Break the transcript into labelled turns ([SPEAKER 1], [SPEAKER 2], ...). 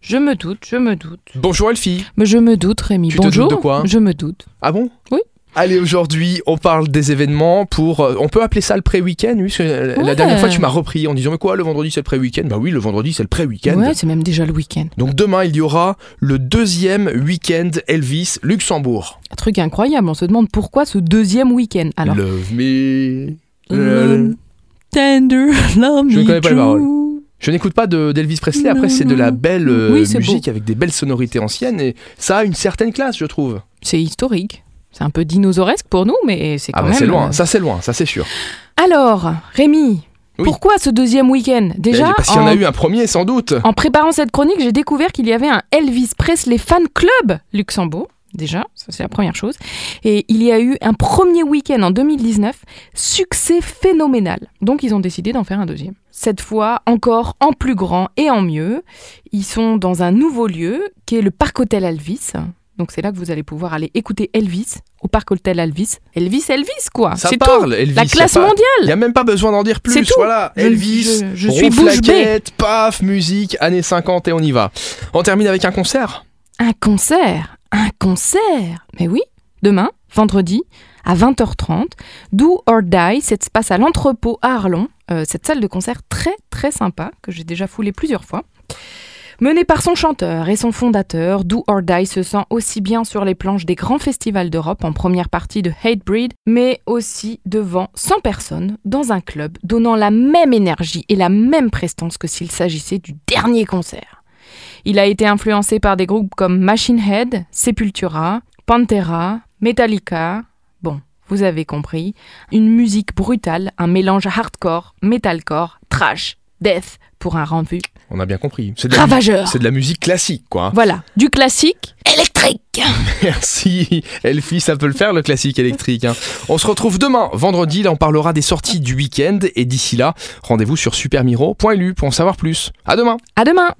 [SPEAKER 1] Je me doute, je me doute.
[SPEAKER 2] Bonjour Elfie.
[SPEAKER 1] Mais je me doute, Rémi.
[SPEAKER 2] Tu te
[SPEAKER 1] Bonjour.
[SPEAKER 2] doutes de quoi
[SPEAKER 1] Je me doute.
[SPEAKER 2] Ah bon
[SPEAKER 1] Oui.
[SPEAKER 2] Allez, aujourd'hui, on parle des événements pour. euh, on peut appeler ça le pré-weekend, oui, parce que la- la
[SPEAKER 1] Ouais.
[SPEAKER 2] dernière fois, tu m'as repris en disant Mais quoi, le vendredi, c'est le pré-weekend Bah oui, le vendredi, c'est le pré-weekend.
[SPEAKER 1] Ouais, c'est même déjà le week-end.
[SPEAKER 2] Donc demain, il y aura le deuxième week-end Elvis Luxembourg.
[SPEAKER 1] Un truc incroyable, on se demande pourquoi ce deuxième week-end. Alors, Euh,
[SPEAKER 2] Love me.
[SPEAKER 1] Love Tender, love
[SPEAKER 2] Je
[SPEAKER 1] me
[SPEAKER 2] connais pas les
[SPEAKER 1] true.
[SPEAKER 2] paroles. Je n'écoute pas de- d'Elvis Presley, après c'est de la belle euh,
[SPEAKER 1] Oui, c'est
[SPEAKER 2] musique avec des belles sonorités anciennes et ça a une certaine classe, je trouve.
[SPEAKER 1] C'est historique. C'est un peu dinosauresque pour nous, mais c'est quand
[SPEAKER 2] Ah bah
[SPEAKER 1] même...
[SPEAKER 2] c'est loin,
[SPEAKER 1] euh,
[SPEAKER 2] ça c'est loin, ça c'est sûr.
[SPEAKER 1] Alors, Rémi,
[SPEAKER 2] Oui.
[SPEAKER 1] pourquoi ce deuxième week-end Déjà,
[SPEAKER 2] Mais Parce qu'il y en a eu un premier sans doute.
[SPEAKER 1] en préparant cette chronique, j'ai découvert qu'il y avait un Elvis Presley Fan Club Luxembourg. Déjà, ça c'est la première chose. Et il y a eu un premier week-end en 2019, succès phénoménal. Donc ils ont décidé d'en faire un deuxième. Cette fois encore en plus grand et en mieux. Ils sont dans un nouveau lieu qui est le Parc Hôtel Elvis. Donc c'est là que vous allez pouvoir aller écouter Elvis au Parc Hôtel Elvis. Elvis, Elvis quoi.
[SPEAKER 2] Ça
[SPEAKER 1] Ah, C'est tout.
[SPEAKER 2] parle, Elvis.
[SPEAKER 1] La
[SPEAKER 2] y a
[SPEAKER 1] classe
[SPEAKER 2] pas-
[SPEAKER 1] mondiale.
[SPEAKER 2] Il n'y a même pas besoin d'en dire
[SPEAKER 1] C'est
[SPEAKER 2] plus.
[SPEAKER 1] tout.
[SPEAKER 2] Voilà,
[SPEAKER 1] Je-
[SPEAKER 2] Elvis,
[SPEAKER 1] je- je suis
[SPEAKER 2] ronfle
[SPEAKER 1] bouche
[SPEAKER 2] la
[SPEAKER 1] bée.
[SPEAKER 2] quête, paf, musique, années 50 et on y va. On termine avec un concert.
[SPEAKER 1] Un concert Un concert Mais oui, demain, vendredi, à 20h30, Do or Die, ça se passe à l'entrepôt à Arlon, Euh, cette salle de concert très très sympa, que j'ai déjà foulée plusieurs fois. Menée par son chanteur et son fondateur, Do or Die se sent aussi bien sur les planches des grands festivals d'Europe en première partie de Hatebreed, mais aussi devant 100 personnes dans un club, donnant la même énergie et la même prestance que s'il s'agissait du dernier concert. Il a été influencé par des groupes comme Machine Head, Sepultura, Pantera, Metallica. Bon, vous avez compris. Une musique brutale, un mélange hardcore, metalcore, trash, death pour un rendu
[SPEAKER 2] On a bien compris. C'est de, la-
[SPEAKER 1] ravageur.
[SPEAKER 2] c'est de la musique classique, quoi. hein.
[SPEAKER 1] Voilà, du classique électrique.
[SPEAKER 2] Merci, Elfie, ça peut le faire le classique électrique. hein. On se retrouve demain, vendredi, là on parlera des sorties du week-end et d'ici là, rendez-vous sur supermiro.lu pour en savoir plus. À demain
[SPEAKER 1] À demain.